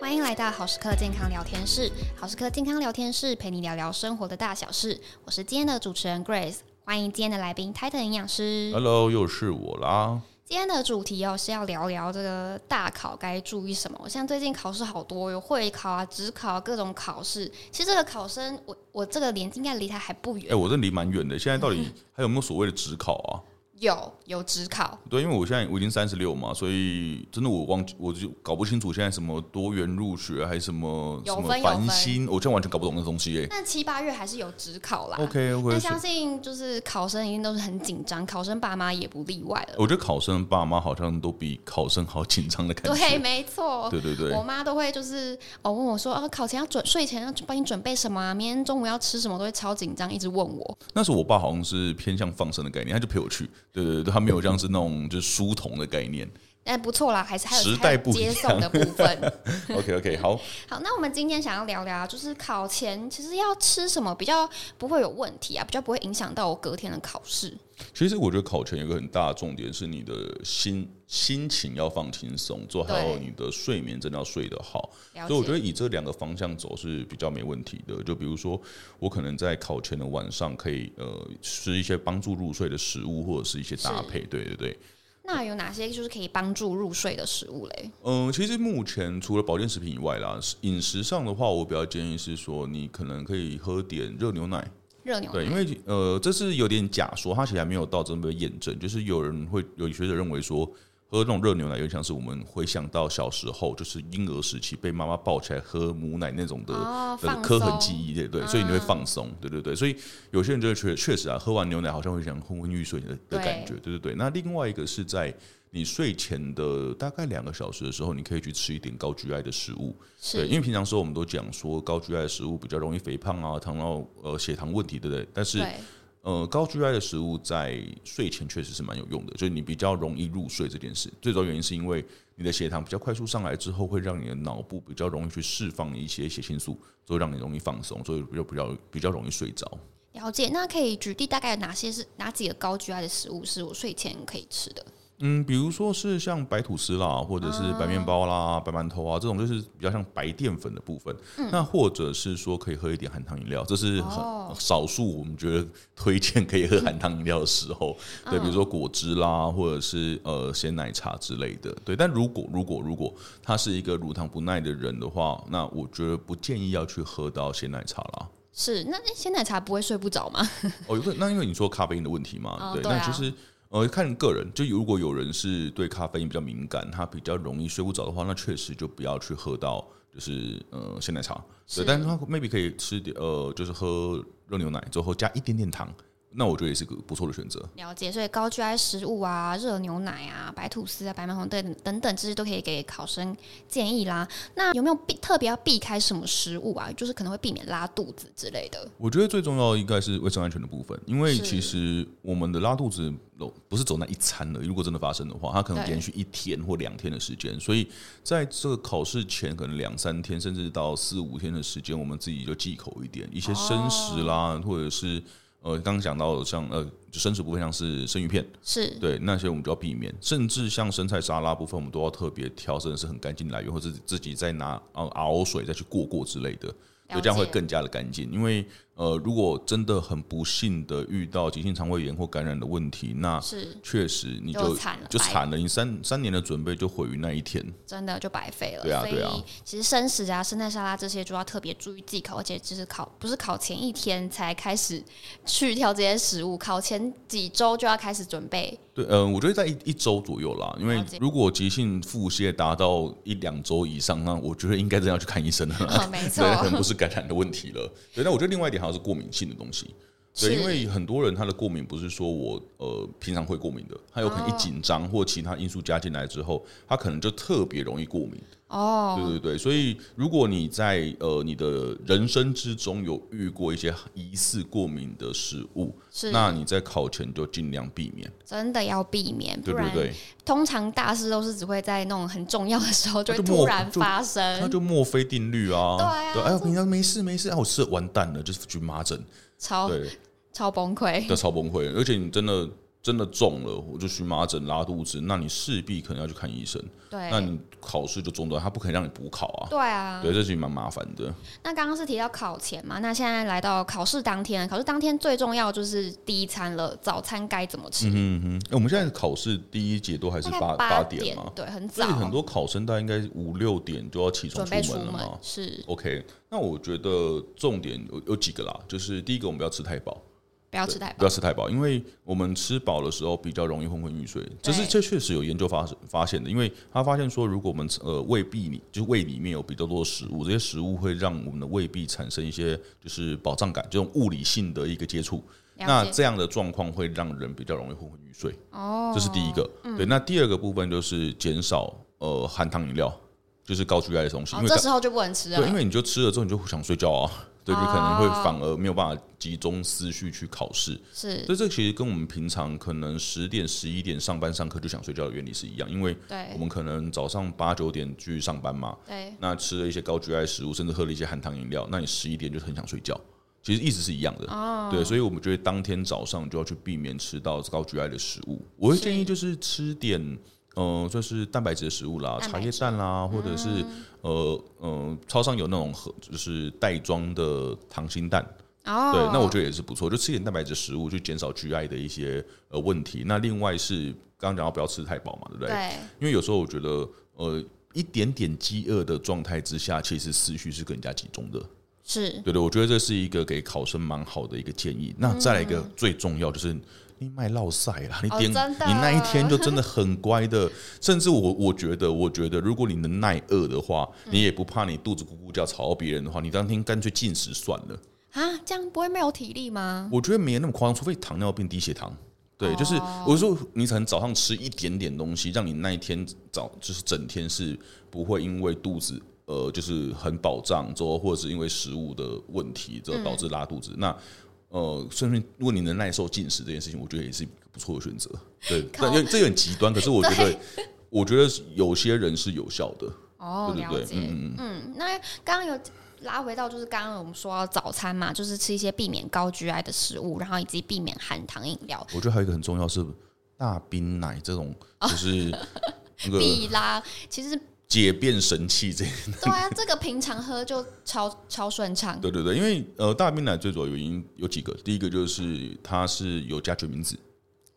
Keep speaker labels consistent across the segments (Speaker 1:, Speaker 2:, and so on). Speaker 1: 欢迎来到好时刻健康聊天室。好时刻健康聊天室陪你聊聊生活的大小事。我是今天的主持人 Grace，欢迎今天的来宾 Titan 营养师。
Speaker 2: Hello，又是我啦。
Speaker 1: 今天的主题哦是要聊聊这个大考该注意什么。我像最近考试好多，有会考啊、职考、啊、各种考试。其实这个考生，我我这个年纪应该离他还不
Speaker 2: 哎、
Speaker 1: 远。
Speaker 2: 我这离蛮远的。现在到 底还有没有所谓的职考啊？
Speaker 1: 有有职考，
Speaker 2: 对，因为我现在我已经三十六嘛，所以真的我忘记，我就搞不清楚现在什么多元入学，还是什么
Speaker 1: 有
Speaker 2: 什么
Speaker 1: 分有
Speaker 2: 繁
Speaker 1: 分
Speaker 2: 星，我现在完全搞不懂那东西耶、
Speaker 1: 但七八月还是有职考啦。
Speaker 2: OK
Speaker 1: 但
Speaker 2: OK，
Speaker 1: 相信就是考生一定都是很紧张，考生爸妈也不例外了。
Speaker 2: 我觉得考生爸妈好像都比考生好紧张的感
Speaker 1: 对，
Speaker 2: 觉。
Speaker 1: 没错。
Speaker 2: 对对对
Speaker 1: 我妈都会就是哦问我说啊，考前要准，睡前要帮你准备什么啊？明天中午要吃什么？都会超紧张，一直问我。
Speaker 2: 那时候我爸好像是偏向放生的概念，他就陪我去。对对对，他没有像是那种就是书童的概念。
Speaker 1: 哎，不错啦，还是还有
Speaker 2: 时
Speaker 1: 还有
Speaker 2: 代不一
Speaker 1: 接
Speaker 2: 样
Speaker 1: 送的部分。
Speaker 2: OK OK，好，
Speaker 1: 好，那我们今天想要聊聊，就是考前其实要吃什么比较不会有问题啊，比较不会影响到我隔天的考试。
Speaker 2: 其实我觉得考前有一个很大的重点是你的心心情要放轻松，做好
Speaker 1: 对
Speaker 2: 你的睡眠真的要睡得好。
Speaker 1: 了
Speaker 2: 所以我觉
Speaker 1: 解，
Speaker 2: 得以这两个方向走是比较没问题的。就比如说，我可能在考前的晚上可以呃吃一些帮助入睡的食物，或者是一些搭配。对对对，
Speaker 1: 那有哪些就是可以帮助入睡的食物嘞？
Speaker 2: 嗯、其实目前除了保健食品以外啦，饮食上的话，我比较建议是说，你可能可以喝点热牛奶。
Speaker 1: 热牛
Speaker 2: 对，
Speaker 1: 奶
Speaker 2: 因为呃，这是有点假说，它其实还没有到真的被验证。就是有人会有学者认为说，喝那种热牛奶，有点像是我们回想到小时候，就是婴儿时期被妈妈抱起来喝母奶那种的、
Speaker 1: 哦
Speaker 2: 的
Speaker 1: 放
Speaker 2: 刻痕记
Speaker 1: 松嗯
Speaker 2: 忆，对对，所以你会放松，对对对。所以有些人就会确确实啊，喝完牛奶好像会想昏昏欲睡的的感觉，对对对。那另外一个是在你睡前的大概两个小时的时候，你可以去吃一点高 GI 的食物，对，因
Speaker 1: 是
Speaker 2: 为平常说我们都讲说高 GI 的食物比较容易肥胖啊、糖尿呃血糖问题，对不对？但是
Speaker 1: 对
Speaker 2: 呃高 GI 的食物在睡前确实是蛮有用的，就是你比较容易入睡这件事。最主要原因是因为你的血糖比较快速上来之后，会让你的脑部比较容易去释放一些血清素，所以让你容易放松，所以比较比较比较容易睡着。
Speaker 1: 了解。那可以举例大概有哪些是哪几个高 GI 的食物是我睡前可以吃的？
Speaker 2: 嗯，比如说是像白吐司啦，或者是白面包啦、白馒头啊，这种就是比较像白淀粉的部分。那或者是说可以喝一点含糖饮料，这是很、
Speaker 1: 哦
Speaker 2: 少数我们觉得推荐可以喝含糖饮料的时候。对，比如说果汁啦，或者是呃鲜奶茶之类的。对，但如果如果如果他是一个乳糖不耐的人的话，那我觉得不建议要去喝到鲜奶茶啦。
Speaker 1: 是，那那鲜奶茶不会睡不着吗？
Speaker 2: 哦，有个那因为你说咖啡因的问题嘛，
Speaker 1: 哦
Speaker 2: 对，
Speaker 1: 对
Speaker 2: 那
Speaker 1: 啊
Speaker 2: 其实呃看个人，就如果有人是对咖啡因比较敏感，他比较容易睡不着的话，那确实就不要去喝到就是呃鲜奶茶，
Speaker 1: 是
Speaker 2: 对，但是他 maybe 可以吃点呃就是喝热牛奶之后加一点点糖，那我觉得也是个不错的选择。
Speaker 1: 了解，所以高 GI 食物啊、热牛奶啊、白吐司啊、白馒头等等等，这些都可以给考生建议啦。那有没有避特别要避开什么食物啊？就是可能会避免拉肚子之类的。
Speaker 2: 我觉得最重要的应该是卫生安全的部分，因为
Speaker 1: 是
Speaker 2: 其实我们的拉肚子不是走那一餐的，如果真的发生的话，它可能
Speaker 1: 对
Speaker 2: 连续一天或两天的时间，所以在这个考试前可能两三天甚至到四五天的时间，我们自己就忌口一点，一些生
Speaker 1: 哦
Speaker 2: 食啦，或者是呃刚刚讲到的像呃就生食部分像是生鱼片，
Speaker 1: 是，
Speaker 2: 对那些我们就要避免，甚至像生菜沙拉部分，我们都要特别挑，真的是很干净来源，或者自己再拿呃熬水再去过过之类的。
Speaker 1: 了
Speaker 2: 对，这样会
Speaker 1: 解
Speaker 2: 更加的干净。因为呃，如果真的很不幸的遇到急性肠胃炎或感染的问题，那
Speaker 1: 是
Speaker 2: 确实啊你
Speaker 1: 就
Speaker 2: 就
Speaker 1: 惨了
Speaker 2: 就
Speaker 1: 白
Speaker 2: 惨了，你三三年的准备就毁于那一天。
Speaker 1: 真的就白费了。
Speaker 2: 对啊对啊
Speaker 1: 所以其实生食啊、生菜沙拉这些就要特别注意忌口，而且就是考不是考前一天才开始去挑这些食物，考前几周就要开始准备。
Speaker 2: 对，嗯、我觉得在一一周左右啦，因为
Speaker 1: 了解
Speaker 2: 如果急性腹泻达到一两周以上，那我觉得应该真的要去看医生了啦。
Speaker 1: 哦， 没错
Speaker 2: 对，，那可能不是感染的问题了。对，那我觉得另外一点还有是过敏性的东西。
Speaker 1: 是
Speaker 2: 对，因为很多人他的过敏不是说我呃平常会过敏的，他有可能一
Speaker 1: 哦
Speaker 2: 紧张或其他因素加进来之后，他可能就特别容易过敏。
Speaker 1: 哦，
Speaker 2: 对对对，所以如果你在呃你的人生之中有遇过一些疑似过敏的食物，
Speaker 1: 是
Speaker 2: 那你在考前就尽量避免。
Speaker 1: 真的要避免，不
Speaker 2: 对对
Speaker 1: 然
Speaker 2: 对，
Speaker 1: 通常大事都是只会在那种很重要的时候就会
Speaker 2: 那就莫
Speaker 1: 突然发
Speaker 2: 那
Speaker 1: 生，
Speaker 2: 就墨菲定律啊。
Speaker 1: 对啊
Speaker 2: 哎，我平常没事没事，啊，我吃了完蛋了，就是荨麻疹，
Speaker 1: 超
Speaker 2: 对，
Speaker 1: 超崩溃。
Speaker 2: 那超崩溃。而且你真的真的中了，我就荨麻疹、拉肚子，那你势必可能要去看医生。
Speaker 1: 对，
Speaker 2: 那你考试就中断，他不可能让你补考啊。
Speaker 1: 哎对啊，
Speaker 2: 对，这事情蛮麻烦的。
Speaker 1: 那刚刚是提到考前嘛，那现在来到考试当天，考试当天最重要就是第一餐了，早餐该怎么吃？
Speaker 2: 嗯哼，哎，我们现在考试第一节都还是
Speaker 1: 大概
Speaker 2: 八
Speaker 1: 八
Speaker 2: 点嘛，
Speaker 1: 对，很
Speaker 2: 所
Speaker 1: 早啊
Speaker 2: 以，很多考生大概应该五六点就要起床
Speaker 1: 准备
Speaker 2: 出
Speaker 1: 出
Speaker 2: 门了
Speaker 1: 门
Speaker 2: 嘛。
Speaker 1: 是
Speaker 2: OK，那我觉得重点有有几个啦，就是第一个，我们不要吃太饱，
Speaker 1: 不要吃太
Speaker 2: 不
Speaker 1: 饱
Speaker 2: 要，吃太饱，因为我们吃饱的时候比较容易昏昏欲睡，这
Speaker 1: 哎
Speaker 2: 是这确实有研究发发现的，因为他发现说，如果我们呃胃壁里就是胃里面有比较多的食物，这些食物会让我们的胃壁产生一些就是饱胀感，这种物理性的一个接触，那
Speaker 1: 了解
Speaker 2: 这样的状况会让人比较容易昏昏欲睡，
Speaker 1: 哦，
Speaker 2: 这是第一个。对，那第二个部分就是减少呃含糖饮料，就是高 GI 的东西，
Speaker 1: 哦
Speaker 2: 因为
Speaker 1: 这时候就不能吃
Speaker 2: 对，
Speaker 1: 了，
Speaker 2: 因为你就吃了之后你就想睡觉啊，对，就可能会反而没有办法集中思绪去考试。
Speaker 1: 哦是
Speaker 2: 所以这其实跟我们平常可能十点、十一点上班上课就想睡觉的原理是一样，因为我
Speaker 1: 对
Speaker 2: 们可能早上八九点去上班嘛，
Speaker 1: 对
Speaker 2: 那吃了一些高 GI 食物，甚至喝了一些含糖饮料，那你十一点就很想睡觉。其实一直是一样的，
Speaker 1: 哦
Speaker 2: 对，所以我们觉得当天早上就要去避免吃到高 GI 的食物。我会建议就是吃点，呃，就是蛋白质的食物啦，
Speaker 1: 蛋
Speaker 2: 茶
Speaker 1: 白
Speaker 2: 叶
Speaker 1: 质嗯
Speaker 2: 蛋啦，或者是呃呃，超商有那种盒就是袋装的溏心蛋，
Speaker 1: 哦，
Speaker 2: 对，那我觉得也是不错，就吃一点蛋白质食物，去减少 GI 的一些呃问题。那另外是刚刚讲到不要吃太饱嘛，对不对？
Speaker 1: 对
Speaker 2: 因为有时候我觉得呃一点点饥饿的状态之下，其实思绪是更加集中的。
Speaker 1: 是
Speaker 2: 对对，我觉得这是一个给考生蛮好的一个建议。那再来一个最重要就是。你卖落赛啦，你
Speaker 1: 嗯哦
Speaker 2: 点、
Speaker 1: 真的
Speaker 2: 你那一天就真的很乖的，甚至我我觉得，我觉得如果你能耐饿的话，
Speaker 1: 嗯
Speaker 2: 你也不怕你肚子咕咕叫吵到别人的话，你当天干脆禁食算了。
Speaker 1: 啊，这样不会没有体力吗？
Speaker 2: 我觉得没有那么夸张，除非糖尿病、低血糖。对，就是
Speaker 1: 哦
Speaker 2: 我说你可能早上吃一点点东西，让你那一天早就是整天是不会因为肚子呃就是很饱胀之后，或者是因为食物的问题
Speaker 1: 嗯
Speaker 2: 之后导致拉肚子。那呃，顺便如果你能耐受进食这件事情，我觉得也是一个不错的选择。对，但有这有点极端，可是我觉得我觉得有些人是有效的。
Speaker 1: 哦，
Speaker 2: 对对对
Speaker 1: 了解，嗯那刚刚有。拉回到就是刚刚我们说到早餐嘛，就是吃一些避免高 GI 的食物，然后以及避免含糖饮料，
Speaker 2: 我觉得还有一个很重要是大冰奶这种， 就是那个
Speaker 1: 必拉。其实
Speaker 2: 解便神器这
Speaker 1: 对啊，这个平常喝就超超顺畅。
Speaker 2: 对对对，因为呃，大冰奶最主要原因有几个，第一个就是它是有加决明子，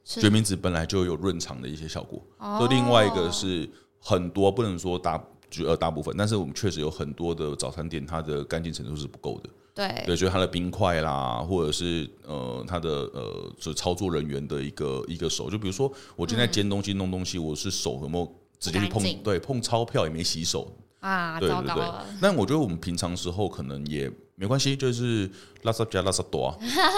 Speaker 1: 是
Speaker 2: 决明子本来就有润肠的一些效果。哦，另外一个是很多不能说大就呃大部分，但是我们确实有很多的早餐店它的干净程度是不够的。
Speaker 1: 对，
Speaker 2: 对，所以它的冰块啦，或者是呃它的呃就操作人员的一个一个手，就比如说我今天在煎东西弄东西，我是手有没有直接去
Speaker 1: 嗯不干
Speaker 2: 碰
Speaker 1: 净
Speaker 2: 对碰钞票也没洗手，
Speaker 1: 啊，
Speaker 2: 对
Speaker 1: 糟
Speaker 2: 对
Speaker 1: 糕
Speaker 2: 对
Speaker 1: 了，，
Speaker 2: 那我觉得我们平常时候可能也没关系，就是拉萨加拉萨多啊，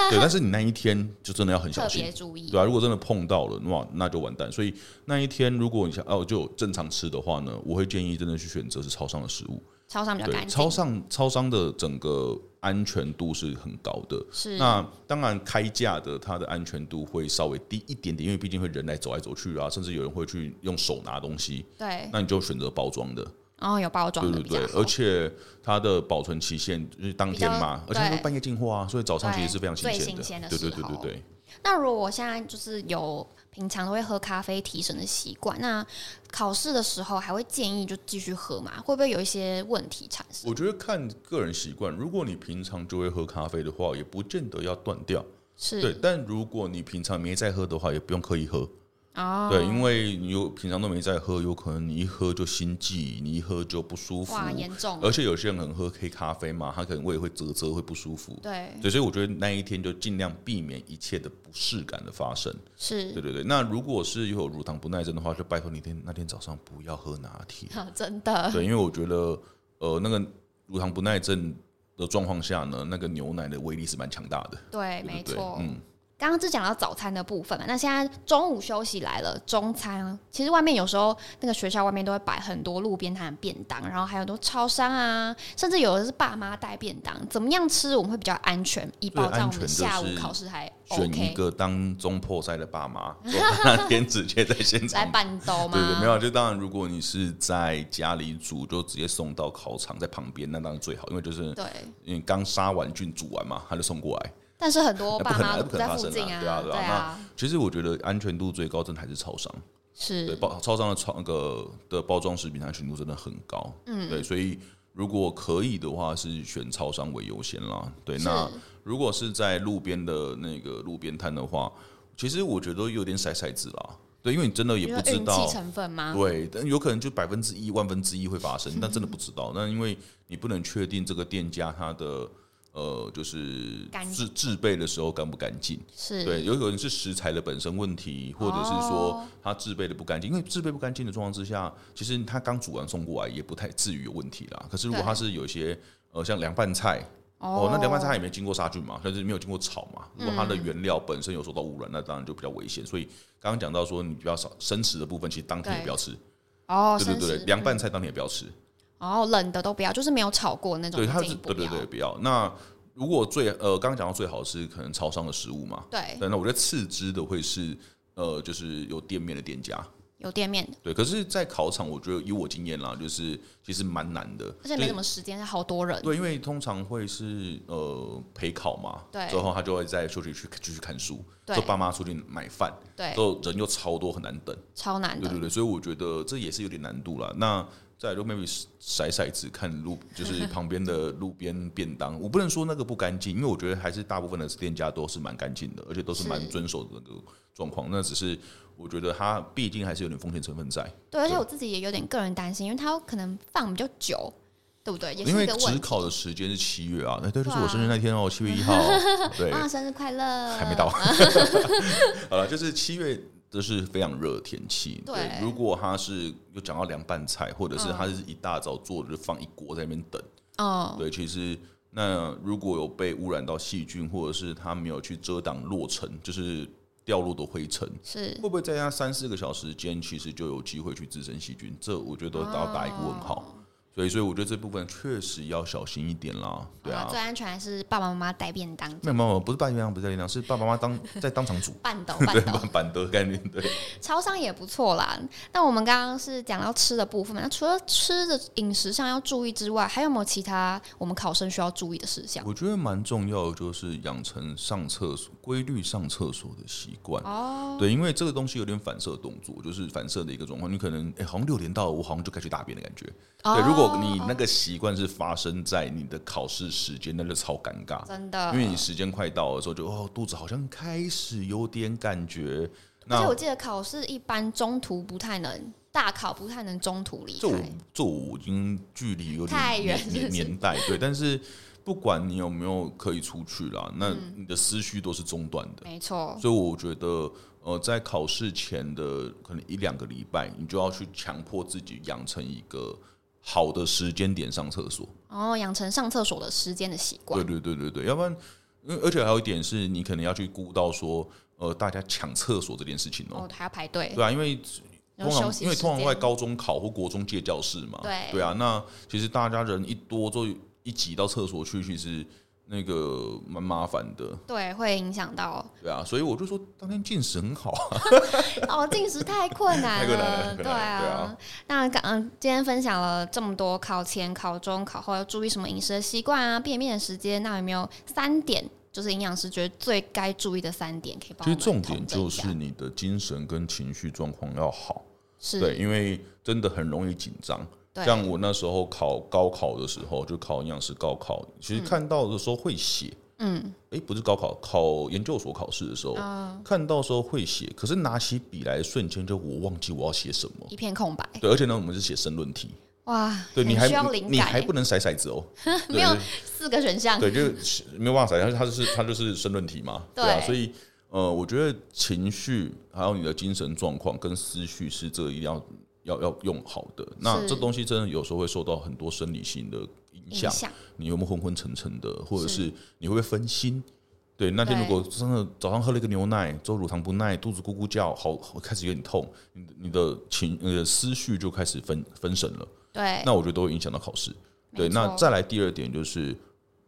Speaker 2: 对。但是你那一天就真的要很小
Speaker 1: 特
Speaker 2: 心
Speaker 1: 别，注意
Speaker 2: 对。啊，如果真的碰到了，哇，那就完蛋。所以那一天如果你想哦就有正常吃的话呢，我会建议真的去选择是超商的食物，
Speaker 1: 超商比较
Speaker 2: 对，
Speaker 1: 干
Speaker 2: 超
Speaker 1: 净，
Speaker 2: 商超商的整个安全度是很高的。
Speaker 1: 是
Speaker 2: 那当然，开价的它的安全度会稍微低一点点，因为毕竟会人来走来走去啊，甚至有人会去用手拿东西，
Speaker 1: 对，
Speaker 2: 那你就选择包装的。
Speaker 1: 然后有包装的
Speaker 2: 对
Speaker 1: 比
Speaker 2: 对
Speaker 1: 较
Speaker 2: 对，
Speaker 1: 好
Speaker 2: 而且它的保存期限就是当天嘛，而
Speaker 1: 比
Speaker 2: 且
Speaker 1: 较
Speaker 2: 它是半夜进货啊，所以早上其实
Speaker 1: 对
Speaker 2: 是非常新
Speaker 1: 最
Speaker 2: 鲜
Speaker 1: 新鲜
Speaker 2: 的。
Speaker 1: 的
Speaker 2: 对对
Speaker 1: 时
Speaker 2: 对对
Speaker 1: 候
Speaker 2: 对，
Speaker 1: 那如果我现在就是有平常都会喝咖啡提神的习惯，那考试的时候还会建议就继续喝嘛？会不会有一些问题产生？
Speaker 2: 我觉得看个人习惯，如果你平常就会喝咖啡的话，也不见得要断掉。对
Speaker 1: 是，
Speaker 2: 但如果你平常没在喝的话，也不用刻意喝。
Speaker 1: 哦，
Speaker 2: 对，因为你有平常都没在喝，有可能你一喝就心悸，你一喝就不舒服。
Speaker 1: 哇，严重，
Speaker 2: 而且有些人可能喝黑咖啡嘛，他可能胃会啧啧，会不舒服。
Speaker 1: 对，
Speaker 2: 对，所以我觉得那一天就尽量避免一切的不适感的发生。对
Speaker 1: 是，。
Speaker 2: 对对，那如果是有乳糖不耐症的话，就拜托你天那天早上不要喝拿铁
Speaker 1: 啊 真的，
Speaker 2: 对，因为我觉得呃，那个乳糖不耐症的状况下呢，那个牛奶的威力是蛮强大的。
Speaker 1: 对，
Speaker 2: 对对
Speaker 1: 哎没
Speaker 2: 对
Speaker 1: 错，
Speaker 2: 嗯，
Speaker 1: 刚刚只讲到早餐的部分嘛，那现在中午休息来了，中餐其实外面有时候那个学校外面都会摆很多路边摊的便当，然后还有很多超商啊，甚至有的是爸妈带便当，怎么样吃我们会比较安全，以保障我们下午考试还
Speaker 2: 选一
Speaker 1: OK。
Speaker 2: 个当中破赛的爸妈， 说那天直接在现
Speaker 1: 来
Speaker 2: 场。
Speaker 1: 半兜吗？
Speaker 2: 对对，没有，就当然，如果你是在家里煮，就直接送到烤场在旁边，那当然最好，因为就是
Speaker 1: 对
Speaker 2: 你刚杀完菌煮完嘛，他就送过来。
Speaker 1: 但是很多
Speaker 2: 那不
Speaker 1: 爸
Speaker 2: 可能
Speaker 1: 妈
Speaker 2: 那
Speaker 1: 都
Speaker 2: 不可能
Speaker 1: 在
Speaker 2: 发
Speaker 1: 附
Speaker 2: 生
Speaker 1: 近
Speaker 2: 啊对啊对啊
Speaker 1: 对啊，
Speaker 2: 其实我觉得安全度最高，真的还是超商。对，
Speaker 1: 是
Speaker 2: 包超商的超那个的包装食品安全度真的很高，嗯，对，所以如果可以的话，是选超商为优先啦。对，那如果是在路边的那个路边摊的话，其实我觉得有点筛筛子啦。对，因为你真的也
Speaker 1: 你
Speaker 2: 不
Speaker 1: 说
Speaker 2: 知
Speaker 1: 运
Speaker 2: 道
Speaker 1: 气，成啊分吗？
Speaker 2: 对，但有可能就百分之一、万分之一会发生，但真的不知道。那因为你不能确定这个店家他的呃，就是
Speaker 1: 干
Speaker 2: 制制备的时候干不干净。
Speaker 1: 是，
Speaker 2: 对，有可能是食材的本身问题，或者是说
Speaker 1: 哦
Speaker 2: 它制备的不干净。因为制备不干净的状况之下，其实它刚煮完送过来也不太至于有问题啦。可是如果
Speaker 1: 对
Speaker 2: 它是有一些呃像凉拌菜，哦，那凉拌菜它也没经过杀菌嘛，但是没有经过炒嘛。如果它
Speaker 1: 嗯
Speaker 2: 的原料本身有受到污染，那当然就比较危险。所以刚刚讲到说，你比较少生食的部分，其实当天也
Speaker 1: 对
Speaker 2: 不要吃。
Speaker 1: 哦，
Speaker 2: 对
Speaker 1: 生
Speaker 2: 对对，
Speaker 1: 食
Speaker 2: 凉拌菜当天也不要吃。
Speaker 1: 哦，冷的都不要，就是没有炒过那种，
Speaker 2: 对，它
Speaker 1: 进
Speaker 2: 是
Speaker 1: 一步
Speaker 2: 对
Speaker 1: 不
Speaker 2: 对
Speaker 1: 要
Speaker 2: 对，不要。那如果最呃，刚刚讲到最好是可能超商的食物嘛，
Speaker 1: 对，
Speaker 2: 对，那我觉得次之的会是呃，就是有店面的店家。
Speaker 1: 有店面，
Speaker 2: 对，可是，在烤场，我觉得以我经验啦，就是其实蛮难的，
Speaker 1: 而且
Speaker 2: 就
Speaker 1: 没
Speaker 2: 是
Speaker 1: 什么时间，好多人，
Speaker 2: 对，因为通常会是呃陪考嘛，
Speaker 1: 对
Speaker 2: 之后他就会在休息区继续看书，
Speaker 1: 对
Speaker 2: 就爸妈出去买饭，
Speaker 1: 对
Speaker 2: 之，后人又超多，很难等，
Speaker 1: 超难
Speaker 2: 对
Speaker 1: 的
Speaker 2: 对，对，所以我觉得这也是有点难度啦。那再来就 maybe 筛筛子看路，就是 旁边的路边便当，我不能说那个不干净，因为我觉得还是大部分的店家都是蛮干净的，而且都是蛮
Speaker 1: 是
Speaker 2: 遵守的那个状况。那只是我觉得它毕竟还是有点风险成分在。
Speaker 1: 对，而且我自己也有点个人担心，因为它有可能放比较久，对不对？也
Speaker 2: 因
Speaker 1: 是
Speaker 2: 为
Speaker 1: 一个
Speaker 2: 只
Speaker 1: 问题。
Speaker 2: 考的时间是七月啊，那对，就是
Speaker 1: 对
Speaker 2: 我
Speaker 1: 啊
Speaker 2: 生日那天哦，七月 一号，对，
Speaker 1: 啊，生日快乐！
Speaker 2: 还 没到。 好了，就是七月，这是非常热的天气。
Speaker 1: 对嗯
Speaker 2: 如果它是有讲到凉拌菜，或者是它是一大早做的，就放一锅在那边等。
Speaker 1: 哦，
Speaker 2: 对，其实那如果有被污染到细菌，或者是它没有去遮挡落尘，就是掉落的灰尘，
Speaker 1: 是
Speaker 2: 会不会在它三四个小时间，其实就有机会去滋生细菌？这我觉得都要打一个问号。
Speaker 1: 哦嗯
Speaker 2: 所以，所以我觉得这部分确实要小心一点啦。对
Speaker 1: 好
Speaker 2: 啊
Speaker 1: 啦，最安全还是爸爸妈妈带便当，
Speaker 2: 没有没有，不是拌月亮，不是拌月亮，是爸爸妈 妈当在当场煮，
Speaker 1: 半斗
Speaker 2: 对，
Speaker 1: 半斗，
Speaker 2: 拌板的概念，对，
Speaker 1: 超商也不错啦。那我们刚刚是讲到吃的部分嘛，那除了吃的饮食上要注意之外，还有没有其他我们考生需要注意的事项？
Speaker 2: 我觉得蛮重要的，就是养成上厕所规律上厕所的习惯。哦，对，因为这个东西有点反射动作，就是反射的一个状况。你可能哎、好像六点到了，我好像就该去大便的感觉。
Speaker 1: 哦
Speaker 2: 对，如果你那个习惯是发生在你的考试时间，那就超尴尬。
Speaker 1: 真的
Speaker 2: 因，为你时间快到的时候就，哦，肚子好像开始有点感觉。
Speaker 1: 而且
Speaker 2: 那
Speaker 1: 我记得考试一般中途不太能，大考不太能中途离
Speaker 2: 这我
Speaker 1: 开。
Speaker 2: 这我已经距离有点
Speaker 1: 太远
Speaker 2: 年
Speaker 1: 是不是
Speaker 2: 年年代对，但是不管你有没有可以出去啦，那你的思绪都是中断的，
Speaker 1: 嗯没错，
Speaker 2: 所以我觉得呃，在考试前的可能一两个礼拜，你就要去强迫自己养成一个好的时间点上厕所。
Speaker 1: 然后养成上厕所的时间的习惯
Speaker 2: 对。对对对对，要不然，因为而且还有一点是你可能要去估到说，呃，大家抢厕所这件事情哦、
Speaker 1: 哦，还要排队，
Speaker 2: 对啊，因为
Speaker 1: 然
Speaker 2: 通
Speaker 1: 后休
Speaker 2: 常
Speaker 1: 息
Speaker 2: 因为
Speaker 1: 时
Speaker 2: 通常会
Speaker 1: 间
Speaker 2: 在高中考或国中借教室嘛，
Speaker 1: 对
Speaker 2: 啊，那其实大家人一多就一挤到厕所去，其实那个蛮麻烦的，
Speaker 1: 对，会影响到
Speaker 2: 对啊，所以我就说当天进食很好啊，
Speaker 1: 哦，进食太困难
Speaker 2: 太困难了
Speaker 1: 了，
Speaker 2: 太困难了
Speaker 1: 对啊。
Speaker 2: 对啊
Speaker 1: 那刚嗯，今天分享了这么多考前、考中、考后要注意什么饮食的习惯啊，便便的时间，那有没有三点？就是营养师觉得最该注意的三点，可以帮
Speaker 2: 其
Speaker 1: 我
Speaker 2: 实
Speaker 1: 们
Speaker 2: 重点
Speaker 1: 统整
Speaker 2: 就
Speaker 1: 一下
Speaker 2: 是你的精神跟情绪状况要好，
Speaker 1: 是
Speaker 2: 对，因为真的很容易紧张。
Speaker 1: 对
Speaker 2: 像我那时候考高考的时候，就考营养师高考，其实
Speaker 1: 嗯
Speaker 2: 看到的时候会写，嗯，哎、不是高考，考研究所考试的时候，
Speaker 1: 嗯
Speaker 2: 看到时候会写，可是拿起笔来的瞬间就我忘记我要写什么。
Speaker 1: 一片空白，
Speaker 2: 对，而且呢，我们是写申论题，
Speaker 1: 哇，
Speaker 2: 对
Speaker 1: 很
Speaker 2: 你还
Speaker 1: 需要
Speaker 2: 不
Speaker 1: 灵
Speaker 2: 你
Speaker 1: 感
Speaker 2: 还
Speaker 1: 欸，
Speaker 2: 不能甩骰子哦，对
Speaker 1: 没有四个选项，
Speaker 2: 对，就是没有办法甩，它就是它就是申论 题嘛，对啊，
Speaker 1: 对
Speaker 2: 所以呃，我觉得情绪还有你的精神状况跟思绪是这一定要要要用好的。那
Speaker 1: 是
Speaker 2: 这东西真的有时候会受到很多生理性的影
Speaker 1: 影
Speaker 2: 响，
Speaker 1: 响
Speaker 2: 你有没有昏昏沉沉的，或者
Speaker 1: 是
Speaker 2: 是你会不会分心？对，那天如
Speaker 1: 对
Speaker 2: 果真的早上喝了一个牛奶，之后乳糖不耐，肚子咕咕叫，好好开始有点痛，你的你的情呃思绪就开始分分神了。
Speaker 1: 对，
Speaker 2: 那我觉得都会影响到考试。对，
Speaker 1: 没
Speaker 2: 那
Speaker 1: 错
Speaker 2: 再来第二点就是，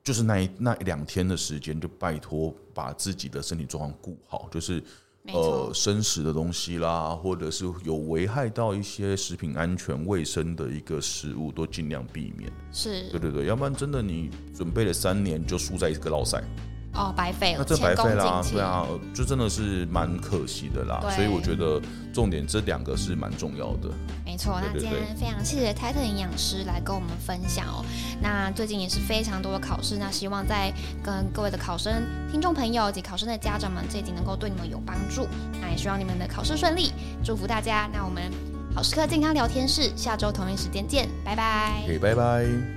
Speaker 2: 就是那一那一两天的时间，就拜托把自己的身体状况顾好，就是
Speaker 1: 没
Speaker 2: 呃
Speaker 1: 错，
Speaker 2: 生食的东西啦，或者是有危害到一些食品安全卫生的一个食物，都尽量避免。
Speaker 1: 是
Speaker 2: 对对对，要不然真的你准备了三年就输在一个落赛。
Speaker 1: 哦白费了，
Speaker 2: 那这
Speaker 1: 前
Speaker 2: 白
Speaker 1: 功
Speaker 2: 费
Speaker 1: 尽
Speaker 2: 啦，
Speaker 1: 弃。
Speaker 2: 对啊，就真的是蛮可惜的啦。
Speaker 1: 对
Speaker 2: 所以我觉得重点这两个是蛮重要的。
Speaker 1: 没错，那
Speaker 2: 对对
Speaker 1: 今天非常谢谢 Titan 营养师来跟我们分享哦。那最近也是非常多的考试，那希望在跟各位的考生、听众朋友以及考生的家长们，这一集能够对你们有帮助。那也希望你们的考试顺利，祝福大家。那我们好时刻健康聊天室下周同一时间见，拜拜。
Speaker 2: OK，拜拜。